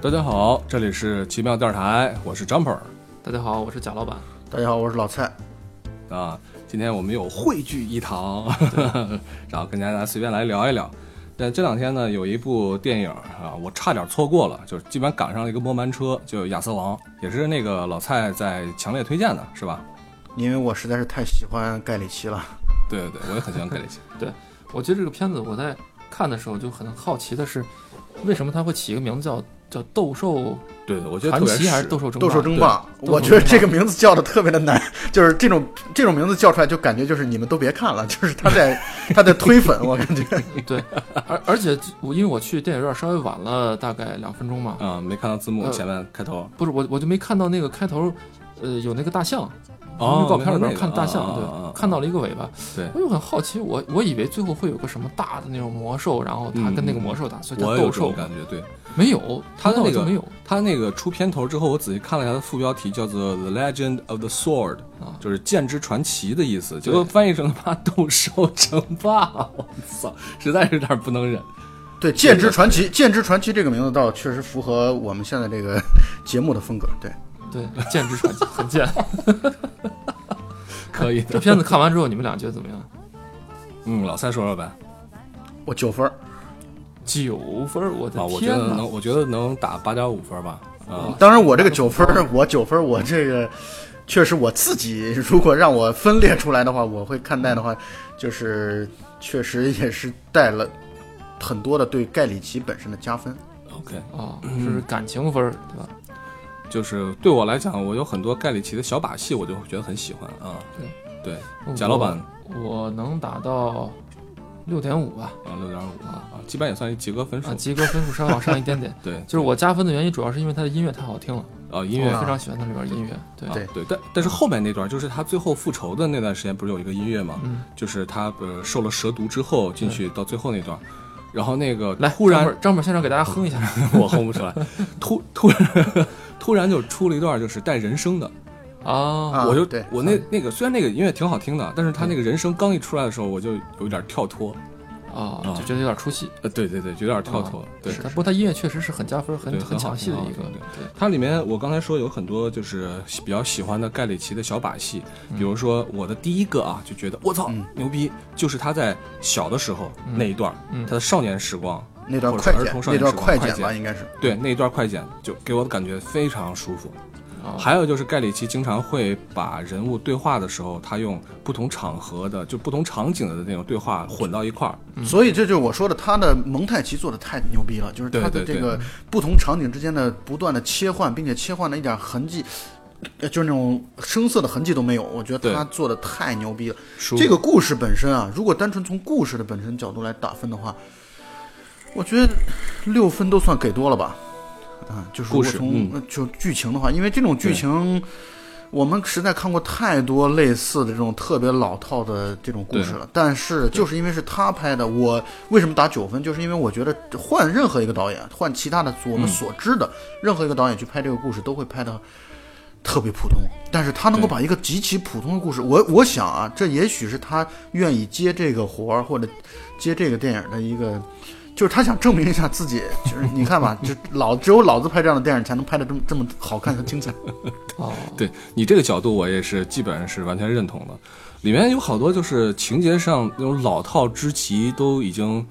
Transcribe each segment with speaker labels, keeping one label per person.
Speaker 1: 大家好，这里是奇妙电台，我是 Jumper
Speaker 2: 大家好，我是贾老板。
Speaker 3: 大家好，我是老蔡。
Speaker 1: 啊。今天我们有汇聚一堂，嗯然后跟大家随便来聊一聊。但这两天呢，有一部电影啊，我差点错过了，就是基本赶上了一个末班车，就《亚瑟王》，也是那个老蔡在强烈推荐的，是吧？
Speaker 3: 因为我实在是太喜欢盖里奇了，
Speaker 1: 对对对，我也很喜欢盖里奇。
Speaker 2: 我觉得这个片子我在看的时候就很好奇的是，为什么它会起一个名字叫叫《斗兽
Speaker 1: 对对，我觉得
Speaker 2: 传
Speaker 1: 特别
Speaker 2: 奇》还是
Speaker 1: 是
Speaker 2: 《斗兽争霸》？
Speaker 3: 斗兽争霸。
Speaker 2: 对斗
Speaker 3: 我
Speaker 2: 兽争霸
Speaker 3: 觉得这个名字叫的特别的难， 就是这种这种名字叫出来就感觉就是你们都别看了，就是他在 他在推粉，我感觉。
Speaker 2: 而而且我因为我去电影院稍微晚了大概两分钟嘛，
Speaker 1: 啊、没看到字幕
Speaker 2: 呃
Speaker 1: 前面开头
Speaker 2: 不是我我就没看到那个开头，呃，有那个大象，
Speaker 1: 哦
Speaker 2: 预告片里
Speaker 1: 没
Speaker 2: 边
Speaker 1: 看
Speaker 2: 看
Speaker 1: 那个
Speaker 2: 大象，
Speaker 1: 啊
Speaker 2: 对，
Speaker 1: 啊啊啊
Speaker 2: 看到了一个尾巴，
Speaker 1: 对
Speaker 2: 我就很好奇，我我以为最后会有个什么大的那种魔兽，然后他跟那个魔兽打，所以叫
Speaker 1: 嗯我也有
Speaker 2: 斗
Speaker 1: 这种
Speaker 2: 兽，
Speaker 1: 感觉。对
Speaker 2: 没有，
Speaker 1: 他的那个
Speaker 2: 看到就没有，
Speaker 1: 他那个出片头之后，我仔细看了一下，它副标题叫做《The Legend of the Sword》，
Speaker 2: 啊
Speaker 1: 就是剑之传奇的意思，结果翻译成他妈斗兽争霸，我操，实在是有点不能忍。
Speaker 3: 对，《剑之传奇》《剑之传奇》这个名字倒确实符合我们现在这个节目的风格。对，
Speaker 2: 对，剑之传奇很剑。
Speaker 1: 可以
Speaker 2: 这
Speaker 1: 的，
Speaker 2: 片子看完之后，你们俩觉得怎么样？
Speaker 1: 嗯，老三说说呗。
Speaker 3: 我九分儿，
Speaker 2: 九分儿，我的
Speaker 1: 啊，我觉
Speaker 2: 天
Speaker 1: 得
Speaker 2: 哪！
Speaker 1: 能，我觉得能打八点五分吧。啊，
Speaker 3: 当然我这个九分儿，我九分儿，我这个确实我自己如果让我分裂出来的话，我会看待的话，就是确实也是带了很多的对盖里奇本身的加分。
Speaker 1: OK，
Speaker 2: 啊，
Speaker 1: 嗯
Speaker 2: 是感情分儿，对吧？
Speaker 1: 就是对我来讲，我有很多盖里奇的小把戏，我就觉得很喜欢啊。对，贾老板
Speaker 2: 我，我能打到六点五吧，
Speaker 1: 啊，六点五
Speaker 2: 啊
Speaker 1: 啊，基本也算一及格分数
Speaker 2: 啊，。及格分数稍微往上 一点点。
Speaker 1: 对，
Speaker 2: 就是我加分的原因，主要是因为它的音乐太好听了，
Speaker 1: 啊，音乐
Speaker 2: 我非常喜欢它里边音乐。对
Speaker 1: 啊
Speaker 3: 对
Speaker 1: 对，但但是后面那段就是他最后复仇的那段时间，不是有一个音乐吗？
Speaker 2: 嗯
Speaker 1: 就是他呃受了蛇毒之后进去到最后那段，然后那个
Speaker 2: 来，
Speaker 1: 突然
Speaker 2: 张本张本现场给大家哼 一下，
Speaker 1: 我哼不出来，突突然突然就出了一段就是带人声的，
Speaker 2: 啊，
Speaker 3: 啊
Speaker 1: 我就
Speaker 3: 对
Speaker 1: 我那那个虽然那个音乐挺好听的，但是他那个人声刚一出来的时候，我就有一点跳脱，
Speaker 2: 啊
Speaker 1: 啊，
Speaker 2: 就觉得有点出戏。
Speaker 1: 呃，对对对，就有点跳脱，对。
Speaker 2: 但不过它音乐确实是很加分、很
Speaker 1: 对
Speaker 2: 很抢戏的一个
Speaker 1: 很好听很好。
Speaker 2: 对，
Speaker 1: 它里面我刚才说有很多就是比较喜欢的盖里奇的小把戏，
Speaker 2: 嗯
Speaker 1: 比如说我的第一个啊，就觉得我操
Speaker 3: 嗯
Speaker 1: 牛逼，就是他在小的时候那一段儿，
Speaker 2: 嗯
Speaker 1: 他的少年时光，
Speaker 3: 那段
Speaker 1: 或者
Speaker 3: 快
Speaker 1: 是儿
Speaker 3: 剪
Speaker 1: 童，少
Speaker 3: 那
Speaker 1: 年
Speaker 3: 段
Speaker 1: 时光
Speaker 3: 快
Speaker 1: 快
Speaker 3: 剪吧，
Speaker 1: 剪
Speaker 3: 应该是。
Speaker 1: 对那一段快剪，就给我的感觉非常舒服。
Speaker 2: 啊
Speaker 1: 还有就是盖里奇经常会把人物对话的时候，他用不同场合的就不同场景的那种对话混到一块儿，
Speaker 3: 所以这就是我说的，他的蒙太奇做的太牛逼了，就是
Speaker 1: 对
Speaker 3: 他的
Speaker 1: 对对
Speaker 3: 这个不同场景之间的不断的切换，并且切换的一点痕迹，呃就是那种生涩的痕迹都没有。我觉得他做的太牛逼了。
Speaker 1: 舒服
Speaker 3: 这个故事本身啊，如果单纯从故事的本身角度来打分的话，我觉得六分都算给多了吧。啊，就是如
Speaker 1: 故
Speaker 3: 果
Speaker 1: 事
Speaker 3: 从
Speaker 1: 嗯
Speaker 3: 呃就剧情的话，因为这种剧
Speaker 1: 对
Speaker 3: 情。我们实在看过太多类似的这种特别老套的这种故事了，但是就是因为是他拍的，我为什么打九分？就是因为我觉得换任何一个导演，换其他的我们所知的、任何一个导演去拍这个故事，都会拍的特别普通。但是他能够
Speaker 1: 对
Speaker 3: 把一个极其普通的故事，我我想啊，这也许是他愿意接这个活儿或者接这个电影的一个。就是他想证明一下自己，就是你看吧，就老只有老子拍这样的电影才能拍的这么这么好看和精彩。
Speaker 2: 哦，
Speaker 1: 对你这个角度，我也是基本上是完全认同的。里面有好多就是情节上那种老套之极都已经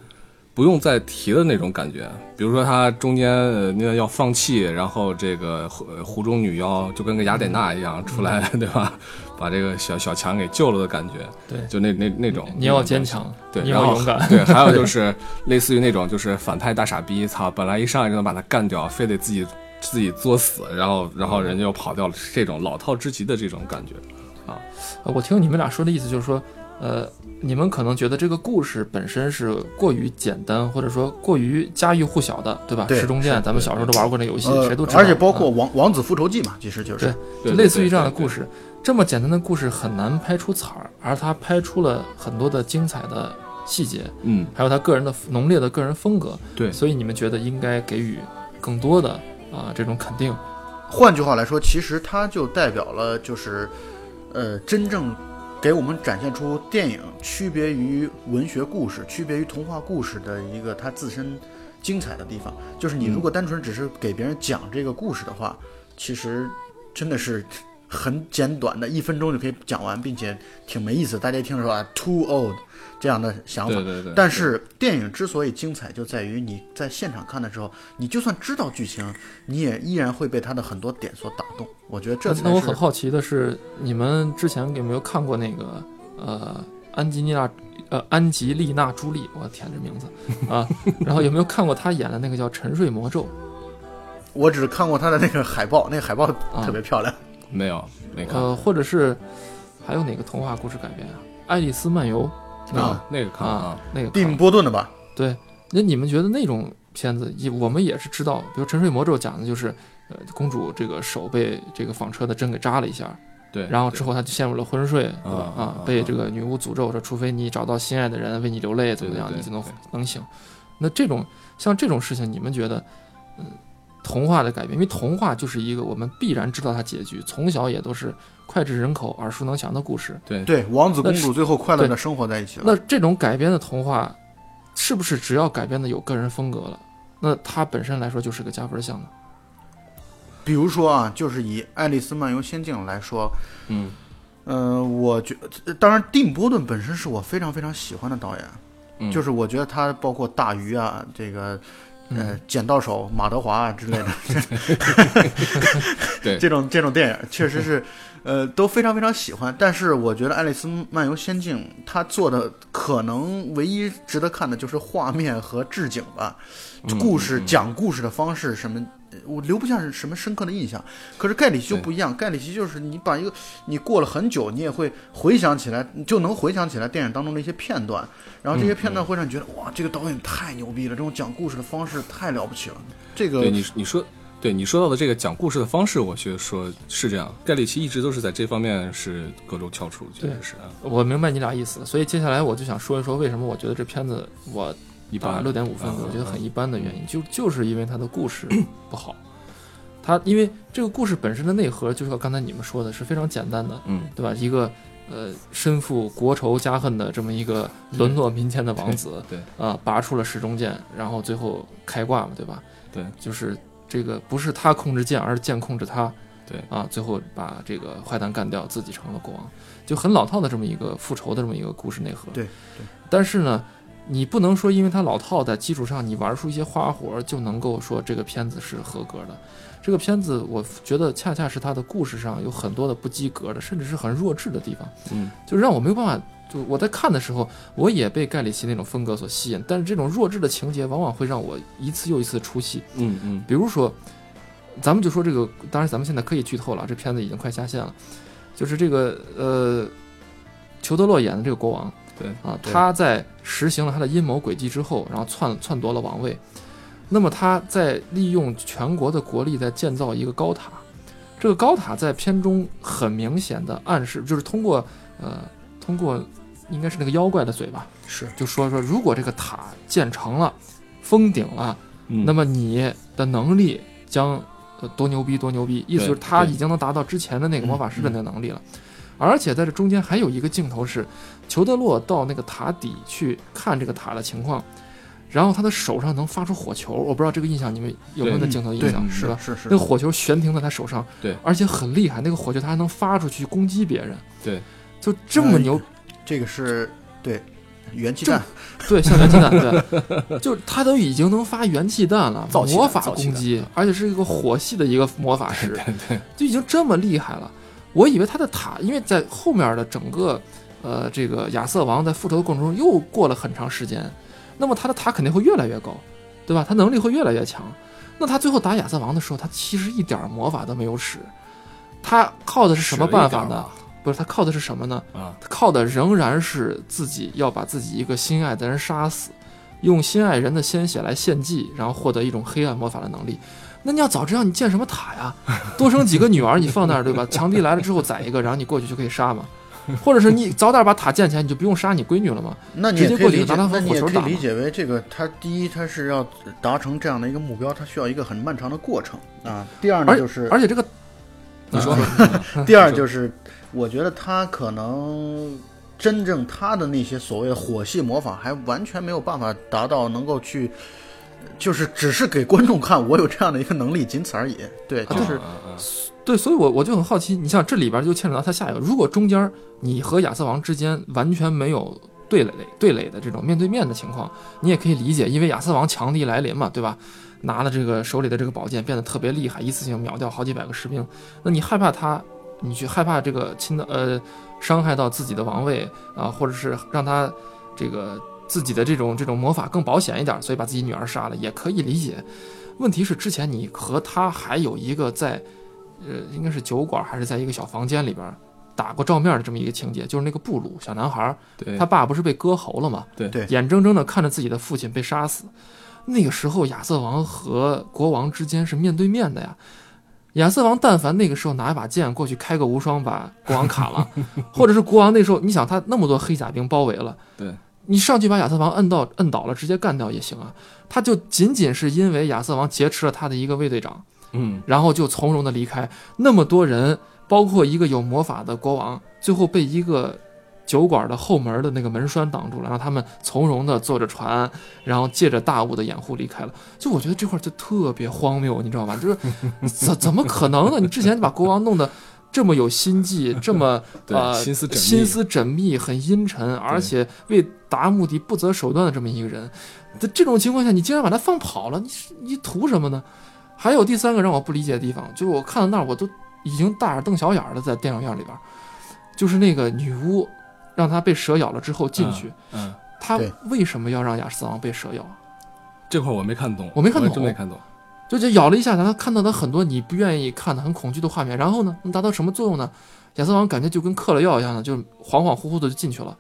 Speaker 1: 不用再提的那种感觉，比如说他中间呃那个要放弃，然后这个湖呃湖中女妖就跟个雅典娜一样出来， 对吧？把这个小小强给救了的感觉，
Speaker 2: 嗯对
Speaker 1: 就那那那种
Speaker 2: 你要坚，强，
Speaker 1: 哦对，
Speaker 2: 你
Speaker 1: 然
Speaker 2: 要
Speaker 1: 后
Speaker 2: 勇敢。
Speaker 1: 对，还有就是类似于那种就是反派大傻逼，操，本来一上来就能把他干掉，非得自己自己作死，然后然后人家又跑掉了，是这种老套之极的这种感觉。
Speaker 2: 呃，我听你们俩说的意思就是说，呃，你们可能觉得这个故事本身是过于简单，或者说过于家喻户晓的，对吧？
Speaker 3: 对
Speaker 2: 石中剑，咱们小时候都玩过那游戏，
Speaker 3: 呃
Speaker 2: 谁都知道。
Speaker 3: 而且包括
Speaker 2: 啊
Speaker 3: 《王王子复仇记》嘛，其实就是
Speaker 2: 对就
Speaker 1: 对
Speaker 2: 类似于这样的
Speaker 1: 对对
Speaker 2: 故事，这么简单的故事很难拍出彩儿，而他拍出了很多的精彩的细节，
Speaker 1: 嗯，
Speaker 2: 还有他个人的浓烈的个人风格。
Speaker 1: 对
Speaker 2: 所以你们觉得应该给予更多的啊、这种肯定。
Speaker 3: 换句话来说，其实它就代表了，就是，呃，真正给我们展现出电影区别于文学故事、区别于童话故事的一个它自身精彩的地方。就是
Speaker 2: 嗯
Speaker 3: 你如果单纯只是给别人讲这个故事的话，其实真的是很简短的，一分钟就可以讲完，并且挺没意思。大家一听说啊，too old 这样的想法。
Speaker 1: 对对对。
Speaker 3: 但是电影之所以精彩，就在于你在现场看的时候，你就算知道剧情，你也依然会被它的很多点所打动。我觉得这才
Speaker 2: 那我
Speaker 3: 是
Speaker 2: 很好奇的是，你们之前有没有看过那个呃安吉丽娜呃安吉丽娜朱莉？我的天，这名字啊！然后有没有看过她演的那个叫《沉睡魔咒》？
Speaker 3: 我只看过他的那个海报，那个海报
Speaker 2: 啊
Speaker 3: 特别漂亮。
Speaker 1: 没有没看
Speaker 2: 呃，或者是还有哪个童话故事改编啊？《爱丽丝漫游》
Speaker 1: 啊，那个看了
Speaker 2: 啊
Speaker 1: 啊，，
Speaker 2: 那个
Speaker 3: 蒂
Speaker 2: 看
Speaker 3: 姆·
Speaker 2: 了
Speaker 3: 波顿的吧？
Speaker 2: 对。那你们觉得那种片子，也我们也是知道，比如《沉睡魔咒》讲的就是，呃，公主这个手被这个纺车的针给扎了一下，
Speaker 1: 对，
Speaker 2: 然后之
Speaker 1: 后
Speaker 2: 后她就陷入了昏睡，对吧？
Speaker 1: 啊
Speaker 2: 啊
Speaker 1: 啊，
Speaker 2: 被这个女巫诅咒说，除非你找到心爱的人为你流泪，怎么样，
Speaker 1: 对对
Speaker 2: 你
Speaker 1: 对
Speaker 2: 就能
Speaker 1: 对
Speaker 2: 能醒。那这种像这种事情，你们觉得，嗯，童话的改编，因为童话就是一个我们必然知道它结局，从小也都是脍炙人口、耳熟能详的故事。
Speaker 1: 对
Speaker 3: 对，王子公
Speaker 2: 那
Speaker 3: 主最后快乐的生活在一起了。
Speaker 2: 那这种改编的童话，是不是只要改编的有个人风格了，那它本身来说就是个加分项呢？
Speaker 3: 比如说啊，就是以《爱丽丝漫游仙境》来说，
Speaker 1: 嗯
Speaker 3: 呃，我觉呃当然，蒂姆·波顿本身是我非常非常喜欢的导演，
Speaker 1: 嗯
Speaker 3: 就是我觉得他包括《大鱼》啊，这个呃
Speaker 2: 嗯
Speaker 3: 《剪刀手》、《马德华》啊之类的，
Speaker 1: 对
Speaker 3: 这种这种电影确实是，呃，都非常非常喜欢。但是我觉得《爱丽丝漫游仙境》它做的可能唯一值得看的就是画面和置景吧，
Speaker 1: 嗯
Speaker 3: 故事讲故事的方式什么。呃我留不下是什么深刻的印象，可是盖里奇就
Speaker 1: 对
Speaker 3: 不一样。盖里奇就是你把一个你过了很久，你也会回想起来，你就能回想起来电影当中的一些片段，然后这些片段会让你觉得、哇，这个导演太牛逼了，这种讲故事的方式太了不起了。这个
Speaker 1: 对你你说。对你说到的这个讲故事的方式，我觉得说是这样，盖里奇一直都是在这方面是各路翘楚，确实是啊，
Speaker 2: 我明白你俩意思，所以接下来我就想说一说为什么我觉得这片子我
Speaker 1: 一
Speaker 2: 打
Speaker 1: 般
Speaker 2: 六点五分
Speaker 1: 啊，
Speaker 2: 我觉得
Speaker 1: 啊
Speaker 2: 很一般的原因，就就是因为它的故事不好。它因为这个故事本身的内核，就是刚才你们说的是非常简单的，
Speaker 1: 嗯，
Speaker 2: 对吧？一个呃身负国仇家恨的这么一个沦落民间的王子，
Speaker 1: 嗯对
Speaker 2: 啊、拔出了时钟剑，然后最后开挂嘛，对吧？
Speaker 1: 对，
Speaker 2: 就是这个不是他控制剑，而是剑控制他。
Speaker 1: 对
Speaker 2: 啊，最后把这个坏蛋干掉，自己成了国王，就很老套的这么一个复仇的这么一个故事内核。
Speaker 3: 对对
Speaker 2: 但是呢，你不能说因为它老套在基础上，你玩出一些花活就能够说这个片子是合格的。这个片子，我觉得恰恰是它的故事上有很多的不及格的，甚至是很弱智的地方。
Speaker 1: 嗯，
Speaker 2: 就让我没有办法，就我在看的时候，我也被盖里奇那种风格所吸引，但是这种弱智的情节往往会让我一次又一次出戏。
Speaker 1: 嗯嗯
Speaker 2: 比如说，咱们就说这个，当然咱们现在可以剧透了，这片子已经快下线了。就是这个呃，裘德洛演的这个国王，
Speaker 1: 对
Speaker 2: 啊，
Speaker 3: 对
Speaker 2: 他在实行了他的阴谋诡计之后，然后篡篡夺了王位。那么他在利用全国的国力在建造一个高塔，这个高塔在片中很明显的暗示，就是通过呃通过应该是那个妖怪的嘴吧，
Speaker 3: 是
Speaker 2: 就说说如果这个塔建成了，封顶了，
Speaker 1: 嗯，
Speaker 2: 那么你的能力将呃多牛逼多牛逼，意思就
Speaker 1: 对
Speaker 2: 是他
Speaker 1: 对
Speaker 2: 已经能达到之前的那个魔法师的那个能力了。而且在这中间还有一个镜头是，裘德洛到那个塔底去看这个塔的情况，然后他的手上能发出火球，我不知道这个印象你们有没有
Speaker 1: 对
Speaker 2: 那镜头的印
Speaker 3: 对
Speaker 2: 象，
Speaker 1: 嗯
Speaker 2: 吧
Speaker 3: 是？是是
Speaker 2: 那个火球悬停在他手上，
Speaker 1: 对
Speaker 2: 而且很厉害，那个火球它还能发出去攻击别人，
Speaker 1: 对，
Speaker 2: 就这么牛
Speaker 3: 这个是对元气弹，
Speaker 2: 对，像元气弹，对，就是他都已经能发元气弹了，
Speaker 4: 造气弹
Speaker 2: 魔法
Speaker 4: 造气
Speaker 2: 攻
Speaker 4: 弹
Speaker 2: 击，而且是一个火系的一个魔法师，
Speaker 1: 嗯 对对
Speaker 2: 就已经这么厉害了。我以为他的塔，因为在后面的整个，呃，这个亚瑟王在复仇的过程中又过了很长时间，那么他的塔肯定会越来越高，对吧？他能力会越来越强。那他最后打亚瑟王的时候，他其实一点儿魔法都没有使，他靠的是什么
Speaker 1: 使了一
Speaker 2: 办
Speaker 1: 点
Speaker 2: 法
Speaker 1: 儿
Speaker 2: 呢？不是他靠的是什么呢？
Speaker 1: 啊，
Speaker 2: 靠的仍然是自己要把自己一个心爱的人杀死，用心爱人的鲜血来献祭，然后获得一种黑暗魔法的能力。那你要早知道你建什么塔呀？多生几个女儿你放那儿对吧？强敌来了之后宰一个，然后你过去就可以杀嘛。或者是你早点把塔建起来，你就不用杀你闺女了嘛。
Speaker 3: 那你
Speaker 2: 直
Speaker 3: 也
Speaker 2: 接
Speaker 3: 可以
Speaker 2: 过去
Speaker 3: 理
Speaker 2: 拿
Speaker 3: 解，
Speaker 2: 他
Speaker 3: 那
Speaker 2: 火
Speaker 3: 你也
Speaker 2: 球
Speaker 3: 可以
Speaker 2: 打
Speaker 3: 理
Speaker 2: 嘛
Speaker 3: 解为这个，它第一它是要达成这样的一个目标，它需要一个很漫长的过程啊。第二呢，
Speaker 2: 而
Speaker 3: 就是
Speaker 2: 而且这个，啊你说，
Speaker 3: 第二就是，我觉得他可能真正他的那些所谓的火系魔法，还完全没有办法达到能够去就是只是给观众看，我有这样的一个能力，仅此而已。对，
Speaker 2: 啊
Speaker 3: 就是
Speaker 1: 啊啊啊
Speaker 2: 对，所以我我就很好奇，你像这里边就牵扯到它下一个，如果中间你和亚瑟王之间完全没有对垒对垒的这种面对面的情况，你也可以理解，因为亚瑟王强敌来临嘛，对吧？拿了这个手里的这个宝剑变得特别厉害，一次性秒掉好几百个士兵，那你害怕他，你去害怕这个侵的呃伤害到自己的王位啊、或者是让他这个自己的这种这种魔法更保险一点，所以把自己女儿杀了也可以理解。问题是之前你和他还有一个在呃，应该是酒馆还是在一个小房间里边打过照面的这么一个情节，就是那个布鲁小男孩儿，
Speaker 1: 对
Speaker 2: 他爸不是被割喉了吗？
Speaker 1: 对
Speaker 3: 对
Speaker 2: 眼睁睁的看着自己的父亲被杀死。那个时候，亚瑟王和国王之间是面对面的呀。亚瑟王但凡那个时候拿一把剑过去开个无双把国王 砍了，或者是国王那时候，你想他那么多黑甲兵包围了，
Speaker 1: 对，
Speaker 2: 你上去把亚瑟王摁到摁倒了，直接干掉也行啊。他就仅仅是因为亚瑟王劫持了他的一个卫队长，
Speaker 1: 嗯，
Speaker 2: 然后就从容的离开。那么多人，包括一个有魔法的国王，最后被一个酒馆的后门的那个门栓挡住了，让他们从容的坐着船，然后借着大雾的掩护离开了。就我觉得这块儿就特别荒谬，你知道吧？ 就是怎怎么可能呢？你之前把国王弄得。这么有心计，这么
Speaker 1: 对
Speaker 2: 呃
Speaker 1: 心思缜密
Speaker 2: 心思缜密，很阴沉，而且为达目的不择手段的这么一个人，在这种情况下，你竟然把他放跑了，你是你图什么呢？还有第三个让我不理解的地方，就是我看到那儿我都已经大眼瞪小眼儿了，在电影院里边儿，就是那个女巫让她被蛇咬了之后进去，
Speaker 1: 嗯，
Speaker 2: 她
Speaker 3: 对
Speaker 2: 为什么要让亚瑟王被蛇咬？
Speaker 1: 这块我没看懂，
Speaker 2: 我没看懂
Speaker 1: 真没看懂。
Speaker 2: 就这咬了一下，然后看到了很多你不愿意看的、很恐惧的画面，然后呢，能达到什么作用呢？亚瑟王感觉就跟嗑了药一样的，就是恍恍惚惚的就进去了。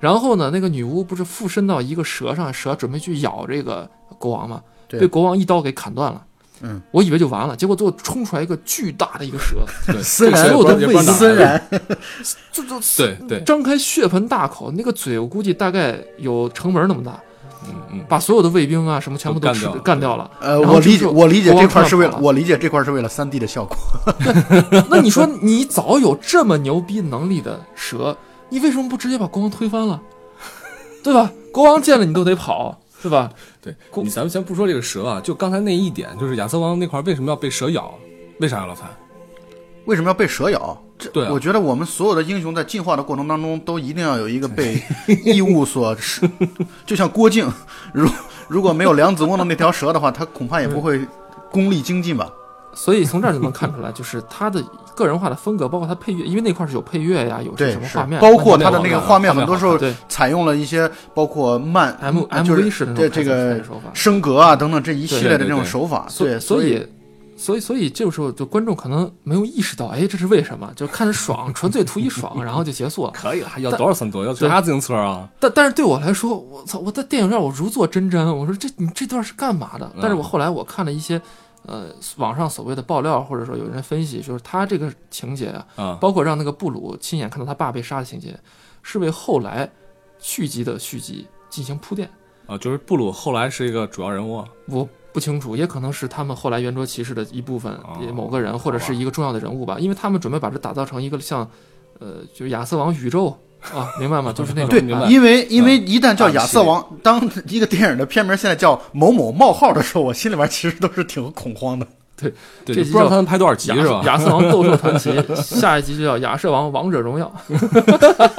Speaker 2: 然后呢，那个女巫不是附身到一个蛇上，蛇准备去咬这个国王嘛，
Speaker 3: 对
Speaker 2: 被国王一刀给砍断了。
Speaker 3: 嗯，
Speaker 2: 我以为就完了，结果最后冲出来一个巨大的一个蛇，
Speaker 1: 对，
Speaker 3: 虽然
Speaker 1: 这个
Speaker 2: 所有的
Speaker 1: 也不知道
Speaker 2: 卫
Speaker 1: 哪来的
Speaker 3: 虽然
Speaker 2: 就就
Speaker 1: 对对，
Speaker 2: 张开血盆大口，那个嘴我估计大概有城门那么大，
Speaker 1: 嗯嗯，
Speaker 2: 把所有的卫兵啊什么全部都
Speaker 1: 都干
Speaker 2: 吃
Speaker 1: 掉了
Speaker 2: 干掉了。
Speaker 3: 呃，
Speaker 2: 然后
Speaker 3: 我理
Speaker 2: 就
Speaker 3: 解，
Speaker 2: 是
Speaker 3: 我理解
Speaker 2: 国王
Speaker 3: 这块是为
Speaker 2: 出
Speaker 3: 了，
Speaker 2: 来跑了
Speaker 3: 我理解这块是为了三 D 的效果。
Speaker 2: 那你说你早有这么牛逼能力的蛇，你为什么不直接把国王推翻了？对吧？国王见了你都得跑，对吧？
Speaker 1: 对
Speaker 2: 过
Speaker 1: 你咱们先不说这个蛇啊，就刚才那一点，就是亚瑟王那块为什么要被蛇咬？为啥呀，老谭？
Speaker 3: 为什么要被蛇咬？这
Speaker 1: 对啊
Speaker 3: 我觉得我们所有的英雄在进化的过程当中，都一定要有一个 被异物所是，就像郭靖，如如果没有梁子翁的那条蛇的话，他恐怕也不会功力精进吧？
Speaker 2: 所以从这儿就能看出来，就是他的个人化的风格，包括他配乐，因为那块是有配乐呀，有
Speaker 3: 对
Speaker 2: 什么，
Speaker 3: 是
Speaker 2: 画面，啊
Speaker 3: 包括他的
Speaker 1: 那
Speaker 3: 那
Speaker 1: 就
Speaker 3: 个
Speaker 1: 好
Speaker 3: 画面，
Speaker 1: 看
Speaker 3: 很多时啊候
Speaker 2: 对
Speaker 3: 采用了一些包括慢
Speaker 2: M
Speaker 3: 就
Speaker 2: MV 式
Speaker 3: 是
Speaker 2: 的那种拍
Speaker 3: 这这个
Speaker 2: 摄手法
Speaker 3: 升格啊等等这一系列的
Speaker 1: 对对
Speaker 3: 这种
Speaker 1: 对
Speaker 3: 手法，
Speaker 2: 所
Speaker 3: 对，
Speaker 2: 所
Speaker 3: 以
Speaker 2: 以所以所以这个时候就观众可能没有意识到，哎，这是为什么？就看着爽，纯粹图一爽，然后就结束了。
Speaker 1: 可以了，要
Speaker 2: 啊但
Speaker 1: 多少算多，要骑
Speaker 2: 对
Speaker 1: 啥自行车啊？
Speaker 2: 但但是对我来说，我操，我在电影院我如坐针毡，我说这你这段是干嘛的？但是
Speaker 3: 嗯
Speaker 2: 我后来我看了一些，呃，网上所谓的爆料，或者说有人分析，就是他这个情节啊，
Speaker 1: 啊，
Speaker 2: 包括让那个布鲁亲眼看到他爸被杀的情节，是为后来续集的续集进行铺垫。
Speaker 1: 啊，就是布鲁后来是一个主要人物啊，
Speaker 2: 我不清楚，也可能是他们后来圆桌骑士的一部分，
Speaker 1: 哦
Speaker 2: 也某个人或者是一个重要的人物吧，因为他们准备把这打造成一个像，呃，就是亚瑟王宇宙啊，明白 吗？就是那种啊
Speaker 3: 对
Speaker 1: 明白，
Speaker 3: 因为因为一旦叫
Speaker 1: 啊
Speaker 3: 亚
Speaker 1: 系列
Speaker 3: 瑟王，当一个电影的片名现在叫某某冒号的时候，我心里边其实都是挺恐慌的。
Speaker 1: 对，
Speaker 2: 这
Speaker 1: 就
Speaker 2: 集
Speaker 1: 不知道
Speaker 2: 叫
Speaker 1: 他们拍多少集
Speaker 2: 亚
Speaker 1: 是吧？
Speaker 2: 亚瑟王斗兽 传奇，下一集就叫亚瑟王王者荣耀，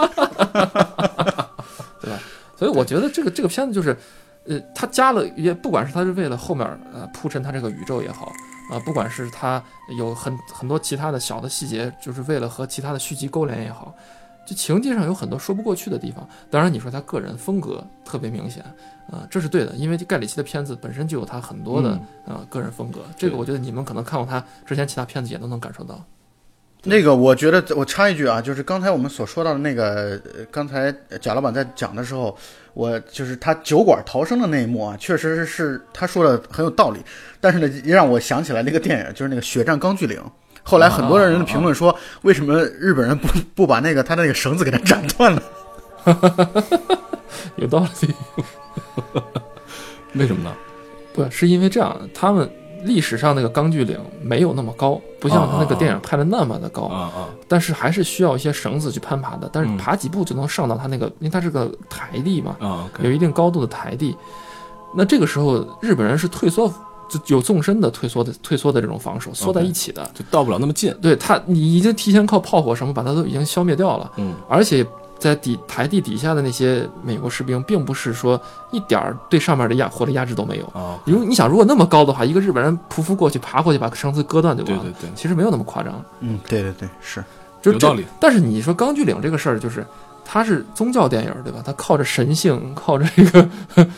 Speaker 2: 对吧？所以我觉得这个这个片子就是，呃，他加了也不管是他是为了后面呃铺陈他这个宇宙也好，啊、不管是他有很很多其他的小的细节，就是为了和其他的续集勾连也好，就情节上有很多说不过去的地方。当然，你说他个人风格特别明显，啊、这是对的，因为盖里奇的片子本身就有他很多的、呃个人风格，这个
Speaker 1: 对
Speaker 2: 我觉得你们可能看过他之前其他片子也都能感受到。
Speaker 3: 那个，我觉得我插一句啊，就是刚才我们所说到的那个，呃刚才贾老板在讲的时候，我就是他酒馆逃生的那一幕啊，确实是他说的很有道理，但是呢，也让我想起来那个电影，就是那个《血战钢锯岭》。后来很多人评论说，为什么日本人不不把那个他那个绳子给他斩断了？
Speaker 2: 有道理，
Speaker 1: 为什么呢？
Speaker 2: 不是因为这样，他们历史上那个钢锯岭没有那么高，不像他那个电影拍的那么的高，
Speaker 1: 啊啊，
Speaker 2: 但是还是需要一些绳子去攀爬的，但
Speaker 1: 嗯
Speaker 2: 是爬几步就能上到他那个，因为它是个台地嘛，
Speaker 1: 啊，OK，
Speaker 2: 有一定高度的台地。那这个时候日本人是退缩，就有纵深的退缩的退缩的这种防守，缩在一起的。
Speaker 1: 就到不了那么近。
Speaker 2: 对他，你已经提前靠炮火什么把他都已经消灭掉了，
Speaker 1: 嗯，
Speaker 2: 而且在底台地底下的那些美国士兵，并不是说一点儿对上面的压火力压制都没有。
Speaker 1: 啊，
Speaker 2: 如你想，如果那么高的话，一个日本人匍匐过去、爬过去把绳子割断就完
Speaker 1: 对
Speaker 2: 了。
Speaker 1: 对对，
Speaker 2: 其实没有那么夸张。
Speaker 3: 嗯，对对对，是，
Speaker 2: 就
Speaker 1: 有
Speaker 2: 这
Speaker 1: 道理。
Speaker 2: 但是你说《钢锯岭》这个事儿，就是它是宗教电影儿，对吧？它靠着神性，靠着这个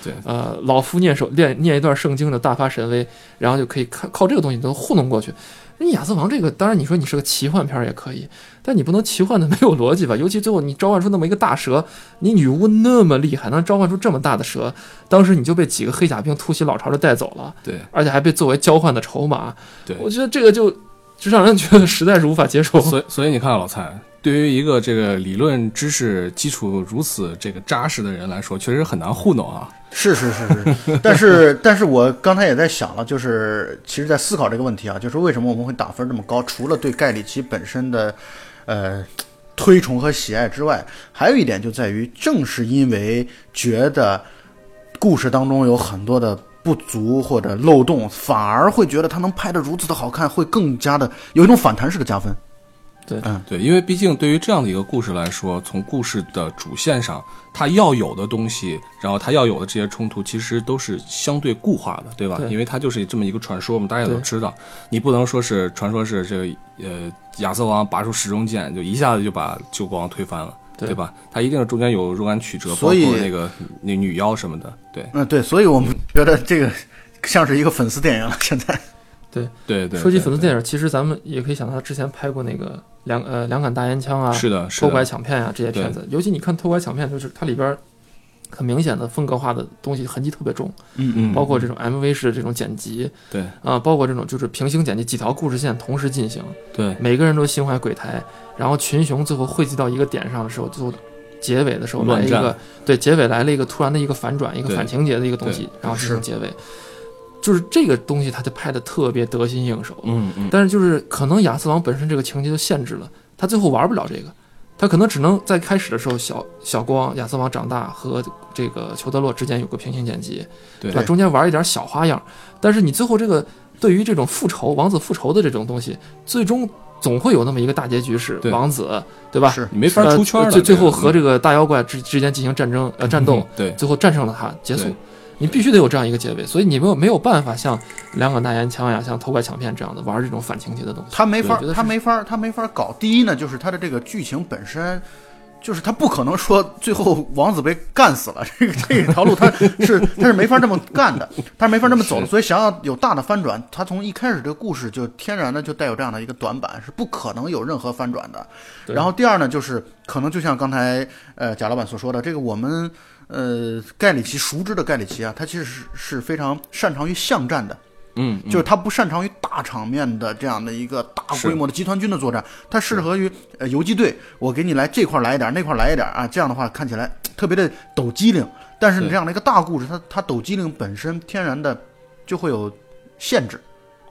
Speaker 1: 对
Speaker 2: 呃老夫念首念念一段圣经的大发神威，然后就可以看靠这个东西都糊弄过去。那亚瑟王这个，当然你说你是个奇幻片儿也可以，但你不能奇幻的没有逻辑吧？尤其最后你召唤出那么一个大蛇，你女巫那么厉害，能召唤出这么大的蛇，当时你就被几个黑甲兵突袭老巢就带走了，
Speaker 1: 对
Speaker 2: 而且还被作为交换的筹码。
Speaker 1: 对，
Speaker 2: 我觉得这个就就让人觉得实在是无法接受。
Speaker 1: 所以所以你看啊，老蔡，对于一个这个理论知识基础如此这个扎实的人来说，确实很难糊弄啊。
Speaker 3: 是是是是，但是但是我刚才也在想了，就是其实，在思考这个问题啊，就是为什么我们会打分这么高？除了对盖里奇本身的，呃，推崇和喜爱之外，还有一点就在于，正是因为觉得故事当中有很多的不足或者漏洞，反而会觉得他能拍得如此的好看，会更加的有一种反弹式的加分。
Speaker 1: 对，因为毕竟对于这样的一个故事来说，从故事的主线上，它要有的东西，然后它要有的这些冲突，其实都是相对固化的，对吧？
Speaker 2: 对
Speaker 1: 因为它就是这么一个传说，我们大家也都
Speaker 2: 对
Speaker 1: 知道，你不能说是传说是这个呃亚瑟王拔出时钟剑，就一下子就把旧国王推翻了。
Speaker 2: 对
Speaker 1: 对吧？它一定是中间有若干曲折，包
Speaker 3: 所
Speaker 1: 括
Speaker 3: 以
Speaker 1: 那个那女妖什么的。对
Speaker 3: 嗯，对，所以我们觉得这个像是一个粉丝电影了。现在，
Speaker 1: 对对。
Speaker 2: 说起
Speaker 1: 对
Speaker 2: 粉丝
Speaker 1: 对
Speaker 2: 电影，其实咱们也可以想到他之前拍过那个两呃两杆大烟枪啊、
Speaker 1: 是的，是
Speaker 2: 偷拐
Speaker 1: 的，
Speaker 2: 抢骗啊这些片子，尤其你看偷拐抢骗，就是它里边儿很明显的风格化的东西痕迹特别重，
Speaker 3: 嗯
Speaker 1: 嗯
Speaker 2: 包括这种 MV 式这种剪辑
Speaker 1: 对
Speaker 2: 啊、包括这种就是平行剪辑，几条故事线同时进行，
Speaker 1: 对
Speaker 2: 每个人都心怀鬼胎，然后群雄最后汇集到一个点上的时候，最后结尾的时候来
Speaker 1: 乱
Speaker 2: 一
Speaker 1: 战
Speaker 2: 个对结尾来了一个突然的一个反转，一个
Speaker 1: 对
Speaker 2: 反情节的一个东西，然后进行结尾，就是这个东西它就拍的特别得心应手，
Speaker 1: 嗯嗯，
Speaker 2: 但是就是可能亚瑟王本身这个情节就限制了，他最后玩不了这个，他可能只能在开始的时候小小国王亚瑟王长大和这个裘德洛之间有个平行剪辑，
Speaker 1: 对
Speaker 2: 吧？中间玩一点小花样，但是你最后这个对于这种复仇王子复仇的这种东西，最终总会有那么一个大结局是
Speaker 1: 对
Speaker 2: 王子对吧？
Speaker 3: 是
Speaker 1: 你没法
Speaker 2: 呃
Speaker 1: 出圈了。
Speaker 2: 最最后和
Speaker 1: 这
Speaker 2: 这个大妖怪之之间进行战争呃战
Speaker 1: 个
Speaker 2: 斗，
Speaker 1: 嗯对
Speaker 2: 最后战胜了他，结束
Speaker 1: 对。
Speaker 2: 你必须得有这样一个结尾，所以你没有没有办法像两杆大烟枪呀、像偷拐抢骗这样的玩这种反情节的东西。
Speaker 3: 他没
Speaker 2: 对
Speaker 3: 法
Speaker 2: 我觉得，是
Speaker 3: 他没法，他没法搞。第一呢，就是他的这个剧情本身，就是他不可能说最后王子被干死了，这个这条路他是他是没法这么干的，他是没法这么走的。
Speaker 1: 是
Speaker 3: 所以想要有大的翻转，他从一开始这个故事就天然的就带有这样的一个短板，是不可能有任何翻转的。
Speaker 2: 对
Speaker 3: 然后第二呢，就是可能就像刚才呃贾老板所说的，这个我们呃盖里奇熟知的盖里奇啊，他其实是是非常擅长于巷战的。
Speaker 1: 嗯嗯
Speaker 3: 就是他不擅长于大场面的这样的一个大规模的集团军的作战，他适合于呃游击队，我给你来这块儿来一点儿，那块儿来一点儿啊，这样的话看起来特别的抖机灵。但是你
Speaker 1: 对
Speaker 3: 这样的一个大故事，它它抖机灵本身天然的就会有限制。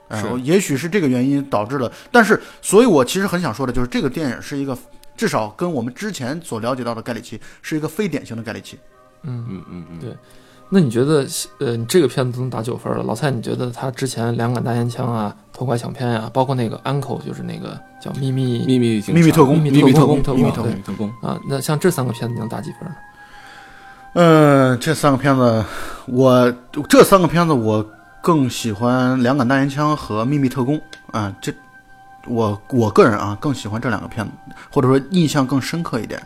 Speaker 3: 呃
Speaker 1: 是
Speaker 3: 也许是这个原因导致了，但是，所以我其实很想说的就是，这个电影是一个至少跟我们之前所了解到的盖里奇是一个非典型的盖里奇。
Speaker 2: 嗯，
Speaker 1: 嗯嗯嗯，
Speaker 2: 对那你觉得，呃，你这个片子能打九分了？老蔡，你觉得他之前两杆大烟枪啊、偷拐抢骗啊，包括那个 Uncle，就是那个叫秘密
Speaker 1: 秘密警察
Speaker 3: 秘密特工
Speaker 1: 秘
Speaker 2: 嗯秘密
Speaker 1: 特
Speaker 2: 特
Speaker 1: 工，
Speaker 2: 工
Speaker 1: 密
Speaker 2: 秘密
Speaker 1: 特
Speaker 2: 特
Speaker 1: 工
Speaker 2: 工
Speaker 1: 秘密特工，
Speaker 2: 啊，那像这三个片子，你能打几分呢？
Speaker 3: 呃，这三个片子，我这三个片子我更喜欢《两杆大烟枪》和《秘密特工》啊、这我我个人啊更喜欢这两个片子，或者说印象更深刻一点。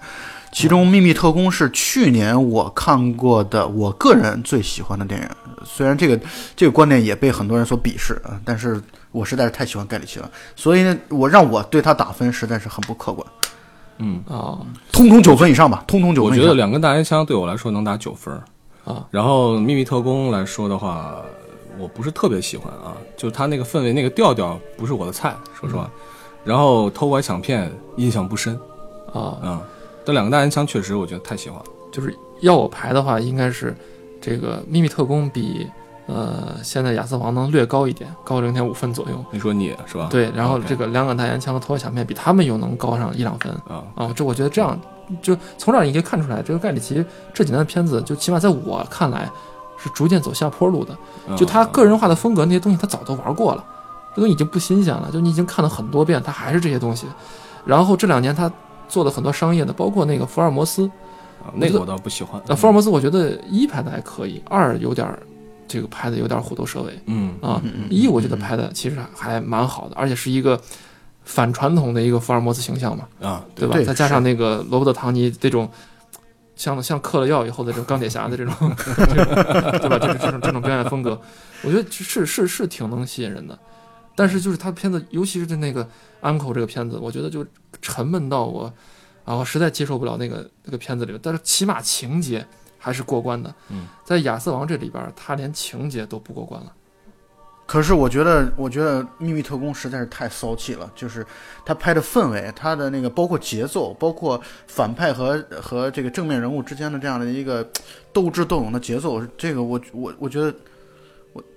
Speaker 3: 其中《秘密特工》是去年我看过的，我个人最喜欢的电影。虽然这个这个观点也被很多人所鄙视啊，但是我实在是太喜欢盖里奇了，所以呢，我让我对他打分实在是很不客观，
Speaker 1: 嗯，
Speaker 2: 啊、
Speaker 3: 通通九分以上吧，通通九
Speaker 1: 我
Speaker 3: 分以
Speaker 1: 觉
Speaker 3: 上。
Speaker 1: 得两根大烟枪对我来说能打九分儿
Speaker 2: 啊。
Speaker 1: 然后秘密特工来说的话，我不是特别喜欢啊，就他那个氛围、那个调调不是我的菜，说实话。
Speaker 2: 嗯
Speaker 1: 然后偷拐抢骗印象不深，
Speaker 2: 啊，
Speaker 1: 嗯，但两个大烟枪确实我觉得太喜欢了，
Speaker 2: 就是要我排的话，应该是这个秘密特工比呃现在亚瑟王能略高一点，高零点五分左右。
Speaker 1: 你说你是吧？
Speaker 2: 对，然后
Speaker 1: 啊 OK
Speaker 2: 这个两杆大烟枪和偷拐抢骗比他们又能高上一两分。
Speaker 1: 啊，
Speaker 2: 啊，这我觉得这样，就从这儿你可以看出来，这个盖里奇这几年的片子，就起码在我看来，是逐渐走下坡路的。
Speaker 1: 嗯
Speaker 2: 就他个人化的风格那些东西，他早都玩过了，这东西已经不新鲜了。就你已经看了很多遍，他还是这些东西。然后这两年他做了很多商业的，包括那个福尔摩斯，
Speaker 1: 啊那个我倒不喜欢。
Speaker 2: 呃，福尔摩斯我觉得一拍的还可以，二有点儿这个拍的有点儿虎头蛇尾
Speaker 1: 嗯
Speaker 2: 啊
Speaker 3: 嗯嗯。
Speaker 2: 一我觉得拍的其实还蛮好的，而且是一个反传统的一个福尔摩斯形象嘛。
Speaker 1: 啊，
Speaker 2: 对吧？
Speaker 3: 对
Speaker 2: 再加上那个罗伯特·唐尼这种，像像嗑了药以后的这种钢铁侠的这 种，这种对吧？这种这种这种表演风格，我觉得是是是挺能吸引人的。但是就是他片子，尤其是那个《Uncle》这个片子，我觉得就沉闷到我啊，我实在接受不了那个那个片子里面。但是起码情节还是过关的。
Speaker 1: 嗯，
Speaker 2: 在《亚瑟王》这里边，他连情节都不过关了。
Speaker 3: 可是我觉得，我觉得《秘密特工》实在是太骚气了，就是他拍的氛围，他的那个包括节奏，包括反派和和这个正面人物之间的这样的一个斗智斗勇的节奏，这个我我我觉得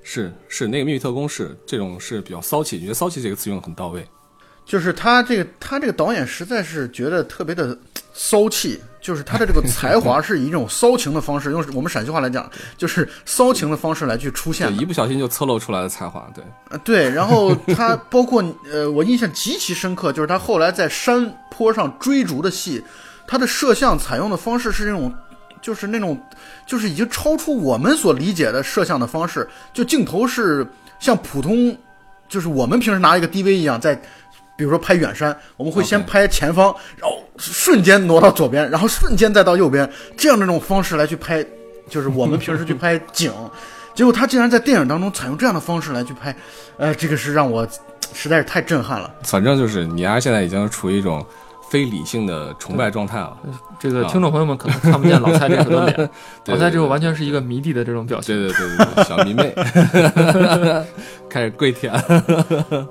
Speaker 1: 是是那个秘密特工是这种是比较骚气，觉得“骚气”这个词用的很到位。
Speaker 3: 就是他这个他这个导演实在是觉得特别的骚气，就是他的这个才华是以一种骚情的方式，用我们陕西话来讲，就是骚情的方式来去出现
Speaker 1: 对，
Speaker 3: 的。
Speaker 1: 一不小心就侧漏出来的才华，对，
Speaker 3: 呃，对，然后他包括呃，我印象极其深刻，就是他后来在山坡上追逐的戏，他的摄像采用的方式是那种，就是那种，就是已经超出我们所理解的摄像的方式，就镜头是像普通，就是我们平时拿一个 DV 一样在。比如说拍远山，我们会先
Speaker 1: OK
Speaker 3: 拍前方然后瞬间挪到左边，然后瞬间再到右边，这样的那种方式来去拍，就是我们平时去拍景，结果他竟然在电影当中采用这样的方式来去拍，呃，这个是让我实在是太震撼了。
Speaker 1: 反正就是你丫、现在已经处于一种非理性的崇拜状态了。
Speaker 3: 嗯
Speaker 2: 这个
Speaker 1: 啊
Speaker 2: 听众朋友们可能看不见老蔡这样的脸，
Speaker 1: 对
Speaker 3: 哦
Speaker 2: 老蔡
Speaker 1: 对
Speaker 2: 这个
Speaker 1: 对
Speaker 2: 完全是一个迷弟的这种表情
Speaker 1: 对。对对对对，小迷妹 开始跪舔，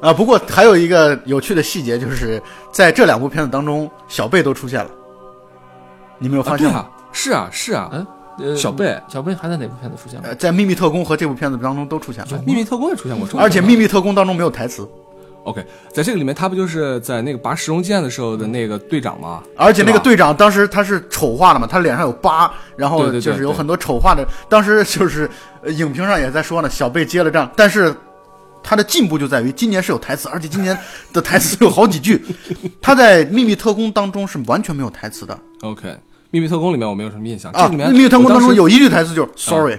Speaker 3: 啊，不过还有一个有趣的细节，就是在这两部片子当中，小贝都出现了，你没有发
Speaker 1: 啊
Speaker 3: 现
Speaker 1: 对
Speaker 3: 吗？
Speaker 1: 啊，是啊是啊，
Speaker 2: 嗯呃
Speaker 1: 小贝
Speaker 2: 小贝还在哪部片子出现
Speaker 1: 啊
Speaker 2: 过
Speaker 3: 呃，？在《秘密特工》和这部片子当中都出现了，
Speaker 1: 秘密特工也出现过，出现过
Speaker 3: 嗯而且《秘密特工》当中没有台词，
Speaker 1: OK，在这个里面他不就是在那个拔时钟剑的时候的那个队长吗？
Speaker 3: 而且那个
Speaker 1: 对
Speaker 3: 队长当时他是丑化的嘛，他脸上有疤，然
Speaker 1: 对
Speaker 3: 后
Speaker 1: 对对
Speaker 3: 就是有
Speaker 1: 对
Speaker 3: 很多丑化的。当时就是呃影评上也在说呢，小贝接了账，但是他的进步就在于今年是有台词，而且今年的台词有好几句。他在《秘密特工》当中是完全没有台词的
Speaker 1: OK，秘密特工里面我没有什么印象，这
Speaker 3: 啊，
Speaker 1: 里
Speaker 3: 《
Speaker 1: 面
Speaker 3: 秘密特工》当中
Speaker 1: 我时
Speaker 3: 有一句台词就是 “sorry”，、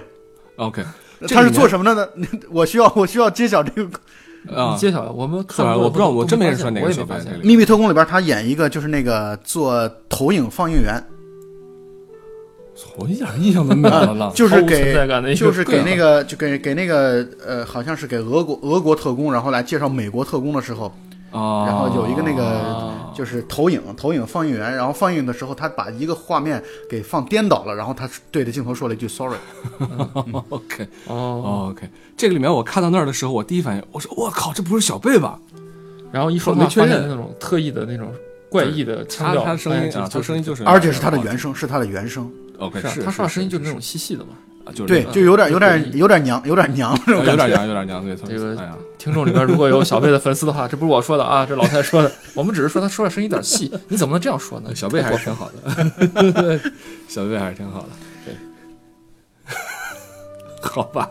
Speaker 1: OK，
Speaker 3: 他是做
Speaker 1: 什
Speaker 3: 什么的呢？ 我需要我需要揭晓这个
Speaker 1: 啊
Speaker 2: 你？揭晓呀，我们看
Speaker 1: 算了
Speaker 2: 过
Speaker 1: 我不知道
Speaker 2: 都
Speaker 1: 我
Speaker 2: 都
Speaker 1: 真没
Speaker 2: 没
Speaker 1: 认
Speaker 2: 发
Speaker 1: 出来
Speaker 2: 现
Speaker 1: 哪
Speaker 2: 我
Speaker 1: 个
Speaker 2: 也
Speaker 1: 小
Speaker 2: 没
Speaker 1: 贝
Speaker 2: 发现
Speaker 1: 这
Speaker 3: 《
Speaker 1: 里
Speaker 3: 秘密特工》里边，他演一个就是那个做投影放映员，
Speaker 1: 啊我一点印象都没有了呢。
Speaker 3: 就是
Speaker 2: 毫无存
Speaker 3: 给
Speaker 2: 在感的一个
Speaker 3: 就是给
Speaker 1: 对
Speaker 3: 那个就给给那个呃，好像是给俄国俄国特工，然后来介绍美国特工的时候，
Speaker 1: 啊，
Speaker 3: 然后有一个那个
Speaker 1: 啊
Speaker 3: 就是投影投影放映员，然后放映的时候他把一个画面给放颠倒了，然后他对着镜头说了一句 sorry。
Speaker 1: OK
Speaker 2: 哦。
Speaker 1: OK，这个里面我看到那儿的时候，我第一反应我说我靠，这不是小贝吧？
Speaker 2: 然后一说
Speaker 1: 我没
Speaker 2: 话
Speaker 1: 确
Speaker 2: 发现
Speaker 1: 认
Speaker 2: 那种特意的那种怪异的腔
Speaker 1: 他
Speaker 2: 调，
Speaker 1: 他声音
Speaker 2: 发现
Speaker 1: 啊，
Speaker 2: 哎就
Speaker 1: 他声音就是，哦
Speaker 3: 而且是他的原声，是他的原声，
Speaker 1: OK，
Speaker 2: 是啊
Speaker 1: 是
Speaker 2: 他说话声音就是那
Speaker 1: 是
Speaker 2: 种细细的嘛。
Speaker 1: 啊就是
Speaker 3: 对
Speaker 1: 那，个
Speaker 3: 就有点有
Speaker 2: 有
Speaker 3: 点
Speaker 2: 点
Speaker 3: 有点娘，有点娘 那种
Speaker 1: 啊有
Speaker 3: 感觉。
Speaker 1: 点娘，有点娘，对，特别
Speaker 2: 这个
Speaker 1: 哎呀，
Speaker 2: 听众里边如果有小贝的粉丝的话，这不是我说的啊，这老蔡说的。我们只是说他说话声音有点细，你怎么能这样说呢？
Speaker 1: 小贝还是挺好的， 小贝还是挺好的。对， 好吧，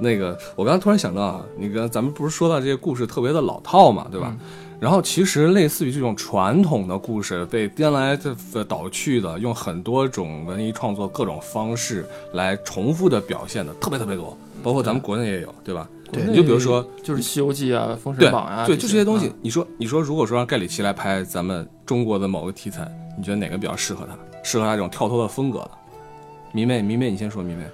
Speaker 1: 那个我刚才突然想到啊，那个咱们不是说到这些故事特别的老套嘛，对吧？
Speaker 2: 嗯
Speaker 1: 然后其实类似于这种传统的故事被颠来呃倒去的，用很多种文艺创作各种方式来重复的表现的特别特别多，包括咱们国内也有，对吧？
Speaker 2: 国内
Speaker 1: 你就比如说
Speaker 2: 就是《西游记》啊，《封
Speaker 1: 对
Speaker 2: 神榜》啊，
Speaker 1: 对，就这些东西
Speaker 2: 啊。
Speaker 1: 你说，你说，如果说让盖里奇来拍咱们中国的某个题材，你觉得哪个比较适合他？适合他这种跳脱的风格的？迷妹，迷妹，你先说迷妹。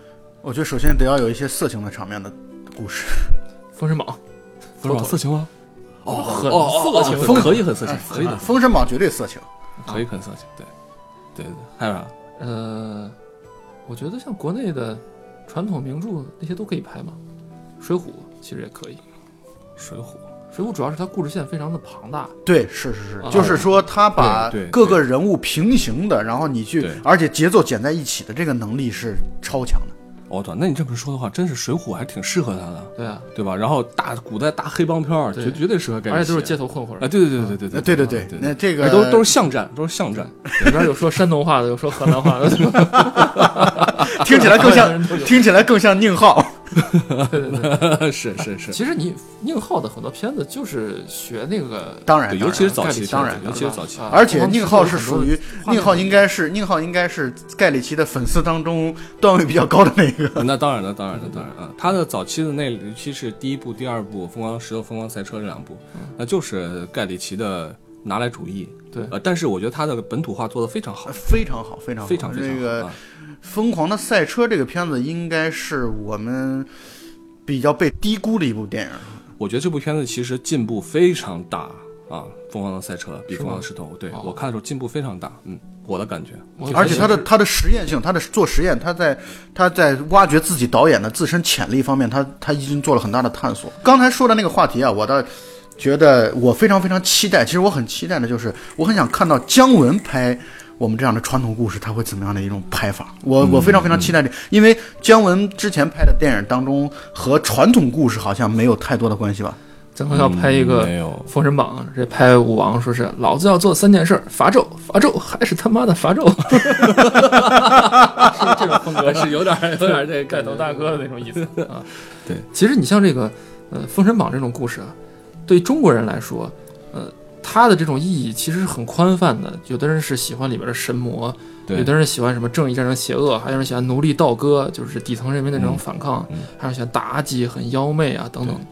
Speaker 3: 我觉得首先得要有一些色情的场面的故事，
Speaker 2: 《封神榜
Speaker 1: 不是色情吗？哦，
Speaker 2: 很
Speaker 1: 哦哦
Speaker 2: 色情哎
Speaker 1: 哦风可以很色情，可以的
Speaker 3: 《封神榜》绝对色情。
Speaker 1: 可以很色情，对，对对对。还有啥？》
Speaker 2: 呃，我觉得像国内的传统名著那些都可以拍嘛，《水浒》其实也可以，《
Speaker 1: 水浒。
Speaker 2: 水浒》主要是它故事线非常的庞大，
Speaker 3: 对，是是是
Speaker 2: 啊，
Speaker 3: 就是说他把
Speaker 1: 对对
Speaker 3: 各个人物平行的，然后你去
Speaker 1: 对，
Speaker 3: 而且节奏剪在一起的这个能力是超强的。
Speaker 1: 我操，那你这么说的话，真是水浒还挺适合他的，
Speaker 2: 对啊，
Speaker 1: 对吧？然后大古代大黑帮片儿，
Speaker 2: 对
Speaker 1: 绝绝对适合盖里奇。
Speaker 2: 而且都是街头混混儿
Speaker 1: 啊，，对对对对对
Speaker 3: 呃，对
Speaker 1: 对啊
Speaker 3: 对对
Speaker 1: 对，
Speaker 3: 那这
Speaker 1: 而
Speaker 3: 个
Speaker 1: 且都是都是巷战，都是巷战。
Speaker 2: 里边有说山东话的，有说河南话的，
Speaker 3: 听起来更
Speaker 2: 人 都
Speaker 3: 像，
Speaker 2: 有
Speaker 3: 听起来更像宁浩。
Speaker 2: 对对 对，
Speaker 1: 是是是，
Speaker 2: 其实你宁浩的很多片子就是学那个，
Speaker 3: 当然，
Speaker 1: 对，
Speaker 3: 当
Speaker 1: 尤其是
Speaker 3: 然
Speaker 1: 早
Speaker 2: 盖
Speaker 1: 期
Speaker 2: 里，奇
Speaker 1: 当
Speaker 2: 的
Speaker 1: 然，
Speaker 2: 那
Speaker 1: 尤
Speaker 2: 个
Speaker 1: 其是早期，
Speaker 2: 啊
Speaker 3: 而且
Speaker 2: 东方
Speaker 3: 宁
Speaker 2: 之
Speaker 3: 浩
Speaker 2: 珠
Speaker 3: 是
Speaker 2: 很
Speaker 3: 属
Speaker 2: 多
Speaker 3: 于
Speaker 2: 画面
Speaker 3: 宁浩，应该是宁浩应该是盖里奇的粉丝当中段位比较高的那个。
Speaker 1: 那当然了，当然了，当然啊，他的早期的那尤其是第一部、第二部《疯狂石头》《疯狂赛车》这两部，那就是盖里奇的拿来主义。
Speaker 2: 对
Speaker 1: 呃，但是我觉得他的本土化做得 非常好，
Speaker 3: 非常好，非常好，
Speaker 1: 非常非常好。
Speaker 3: 这个《
Speaker 1: 啊、
Speaker 3: 疯狂的赛车》这个片子应该是我们比较被低估的一部电影。
Speaker 1: 我觉得这部片子其实进步非常大啊，《疯狂的赛车》比《
Speaker 2: 是吗
Speaker 1: 疯狂的石头》对、
Speaker 2: 哦
Speaker 1: 我看的时候进步非常大，嗯，我的感觉。
Speaker 2: 我
Speaker 3: 而且
Speaker 2: 他
Speaker 3: 他的他的实验性，他的做实验，他在他在挖掘自己导演的自身潜力方面，他他已经做了很大的探索。刚才说的那个话题啊，我倒觉得我非常非常期待。其实我很期待的就是，我很想看到姜文拍我们这样的传统故事，他会怎么样的一种拍法。我我非常非常
Speaker 2: 嗯
Speaker 3: 期待这，因为姜文之前拍的电影当中和传统故事好像没有太多的关系吧？
Speaker 2: 咱们要拍一个
Speaker 1: 嗯没有
Speaker 2: 《封神榜》，这拍武王说是老子要做三件事：儿，伐纣，伐纣，还是他妈的伐纣， 是这种风格，是有点有点这盖头大哥的那种意思 啊。
Speaker 1: 对，
Speaker 2: 其实你像这个呃《封神榜》这种故事啊，对中国人来说，呃，它的这种意义其实是很宽泛的。有的人是喜欢里边的神魔，
Speaker 1: 对，
Speaker 2: 有的人喜欢什么正义战争邪恶，还有人喜欢奴隶倒戈，就是底层人民的这种反抗，
Speaker 1: 嗯嗯
Speaker 2: 还有人喜欢打阿基很妖媚啊等等。
Speaker 1: 对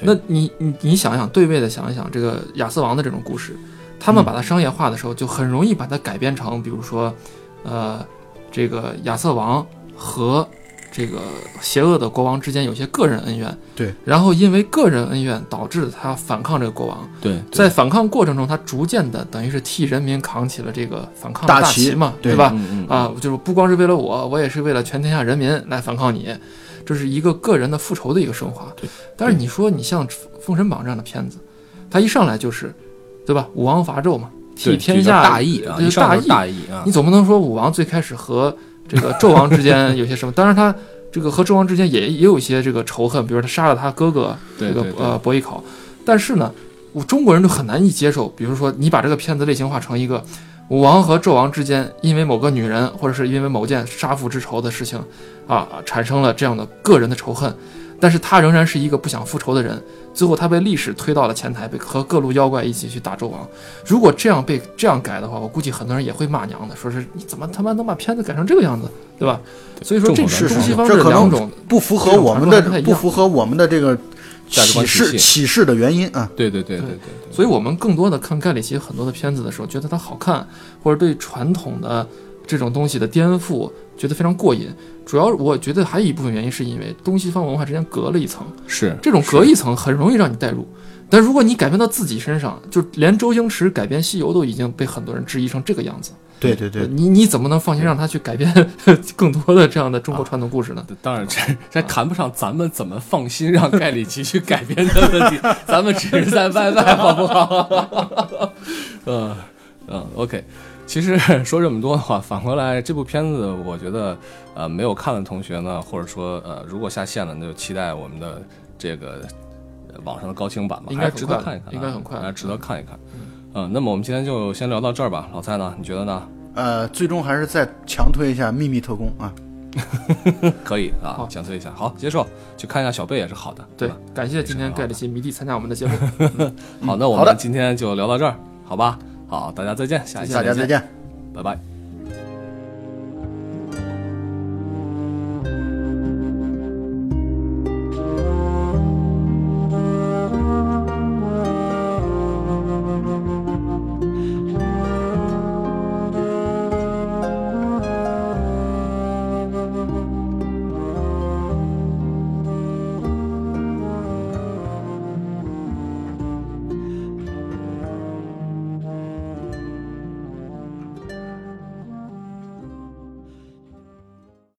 Speaker 2: 那你你你想想，对位的想一想，这个亚瑟王的这种故事，他们把它商业化的时候，就很容易把它改编成，比如说，呃，这个亚瑟王和这个邪恶的国王之间有些个人恩怨，
Speaker 3: 对，
Speaker 2: 然后因为个人恩怨导致他要反抗这个国王，
Speaker 1: 对
Speaker 2: 在反抗过程中，他逐渐的等于是替人民扛起了这个反抗的
Speaker 3: 大
Speaker 2: 大
Speaker 3: 旗
Speaker 2: 旗嘛，
Speaker 3: 对
Speaker 2: 吧？
Speaker 1: 嗯嗯
Speaker 2: 啊，就是不光是为了我，我也是为了全天下人民来反抗你，这是一个个人的复仇的一个升华
Speaker 1: 对。
Speaker 2: 但是你说你像《封神榜》这样的片子，它一上来就是，对吧？武王伐纣嘛，替
Speaker 1: 对
Speaker 2: 天
Speaker 1: 比较
Speaker 2: 下
Speaker 1: 大义啊，
Speaker 2: 这
Speaker 1: 一
Speaker 2: 是
Speaker 1: 上
Speaker 2: 大
Speaker 1: 来就
Speaker 2: 义
Speaker 1: 是。大义啊
Speaker 2: 你，总不能说武王最开始和这个纣王之间有些什么？当然他这个和纣王之间也也有一些这个仇恨，比如他杀了他哥哥
Speaker 1: 对
Speaker 2: 这个
Speaker 1: 对对
Speaker 2: 呃伯邑考，但是呢，我中国人就很难以接受。比如说你把这个片子类型化成一个武王和纣王之间因为某个女人或者是因为某件杀父之仇的事情啊产生了这样的个人的仇恨。但是他仍然是一个不想复仇的人，最后他被历史推到了前台，被和各路妖怪一起去打纣王。如果这样被这样改的话，我估计很多人也会骂娘的，说是你怎么他妈能把片子改成这个样子，对吧？所以说这
Speaker 1: 众口
Speaker 2: 是
Speaker 1: 难
Speaker 2: 中
Speaker 1: 调
Speaker 2: 西方
Speaker 3: 这可
Speaker 2: 两
Speaker 3: 能
Speaker 2: 种，
Speaker 3: 不符合我们的
Speaker 2: 这种传统还不太一样
Speaker 3: 不符合我们的这个
Speaker 1: 价值
Speaker 3: 启
Speaker 1: 观体
Speaker 3: 示
Speaker 1: 系
Speaker 3: 启示的原因啊。
Speaker 1: 对对对
Speaker 2: 对
Speaker 1: 对对，
Speaker 2: 所以我们更多的看盖里奇很多的片子的时候，觉得它好看，或者对传统的这种东西的颠覆觉得非常过瘾。主要我觉得还有一部分原因是因为东西方文化之间隔了一层，
Speaker 1: 是
Speaker 2: 这种隔一层很容易让你代入。但如果你改变到自己身上，就连周星驰改编《西游》都已经被很多人质疑成这个样子，
Speaker 3: 对对对，
Speaker 2: 你你怎么能放心让他去改变 更多的这样的中国传统故事呢？
Speaker 1: 当然，这这谈不上咱们怎么放心让盖里奇去改编的问 题，咱们只是在外卖，好不好？ 嗯嗯，OK。其实说这么多的话，反过来这部片子，我觉得呃没有看的同学呢，或者说呃如果下线了，那就期待我们的这个呃网上的高清版吧，
Speaker 2: 应该
Speaker 1: 还是值
Speaker 2: 很
Speaker 1: 得
Speaker 2: 快
Speaker 1: 看一看啊，
Speaker 2: 应该很快嗯
Speaker 1: 还是值得看一看。嗯，那么我们今天就先聊到这儿吧。老蔡呢？你觉得呢？
Speaker 3: 呃，最终还是再强推一下《秘密特工》啊。
Speaker 1: 可以啊
Speaker 2: 好，
Speaker 1: 检测一下。好，接受，去看一下小贝也是好的。
Speaker 2: 对
Speaker 3: 啊
Speaker 1: 吧，
Speaker 2: 感谢今天盖里奇迷弟参加我们的节目，
Speaker 1: 好，那我
Speaker 3: 好的
Speaker 1: 们今天就聊到这儿，好吧？好，大家再见，下一期
Speaker 3: 大家再见。
Speaker 1: 拜拜。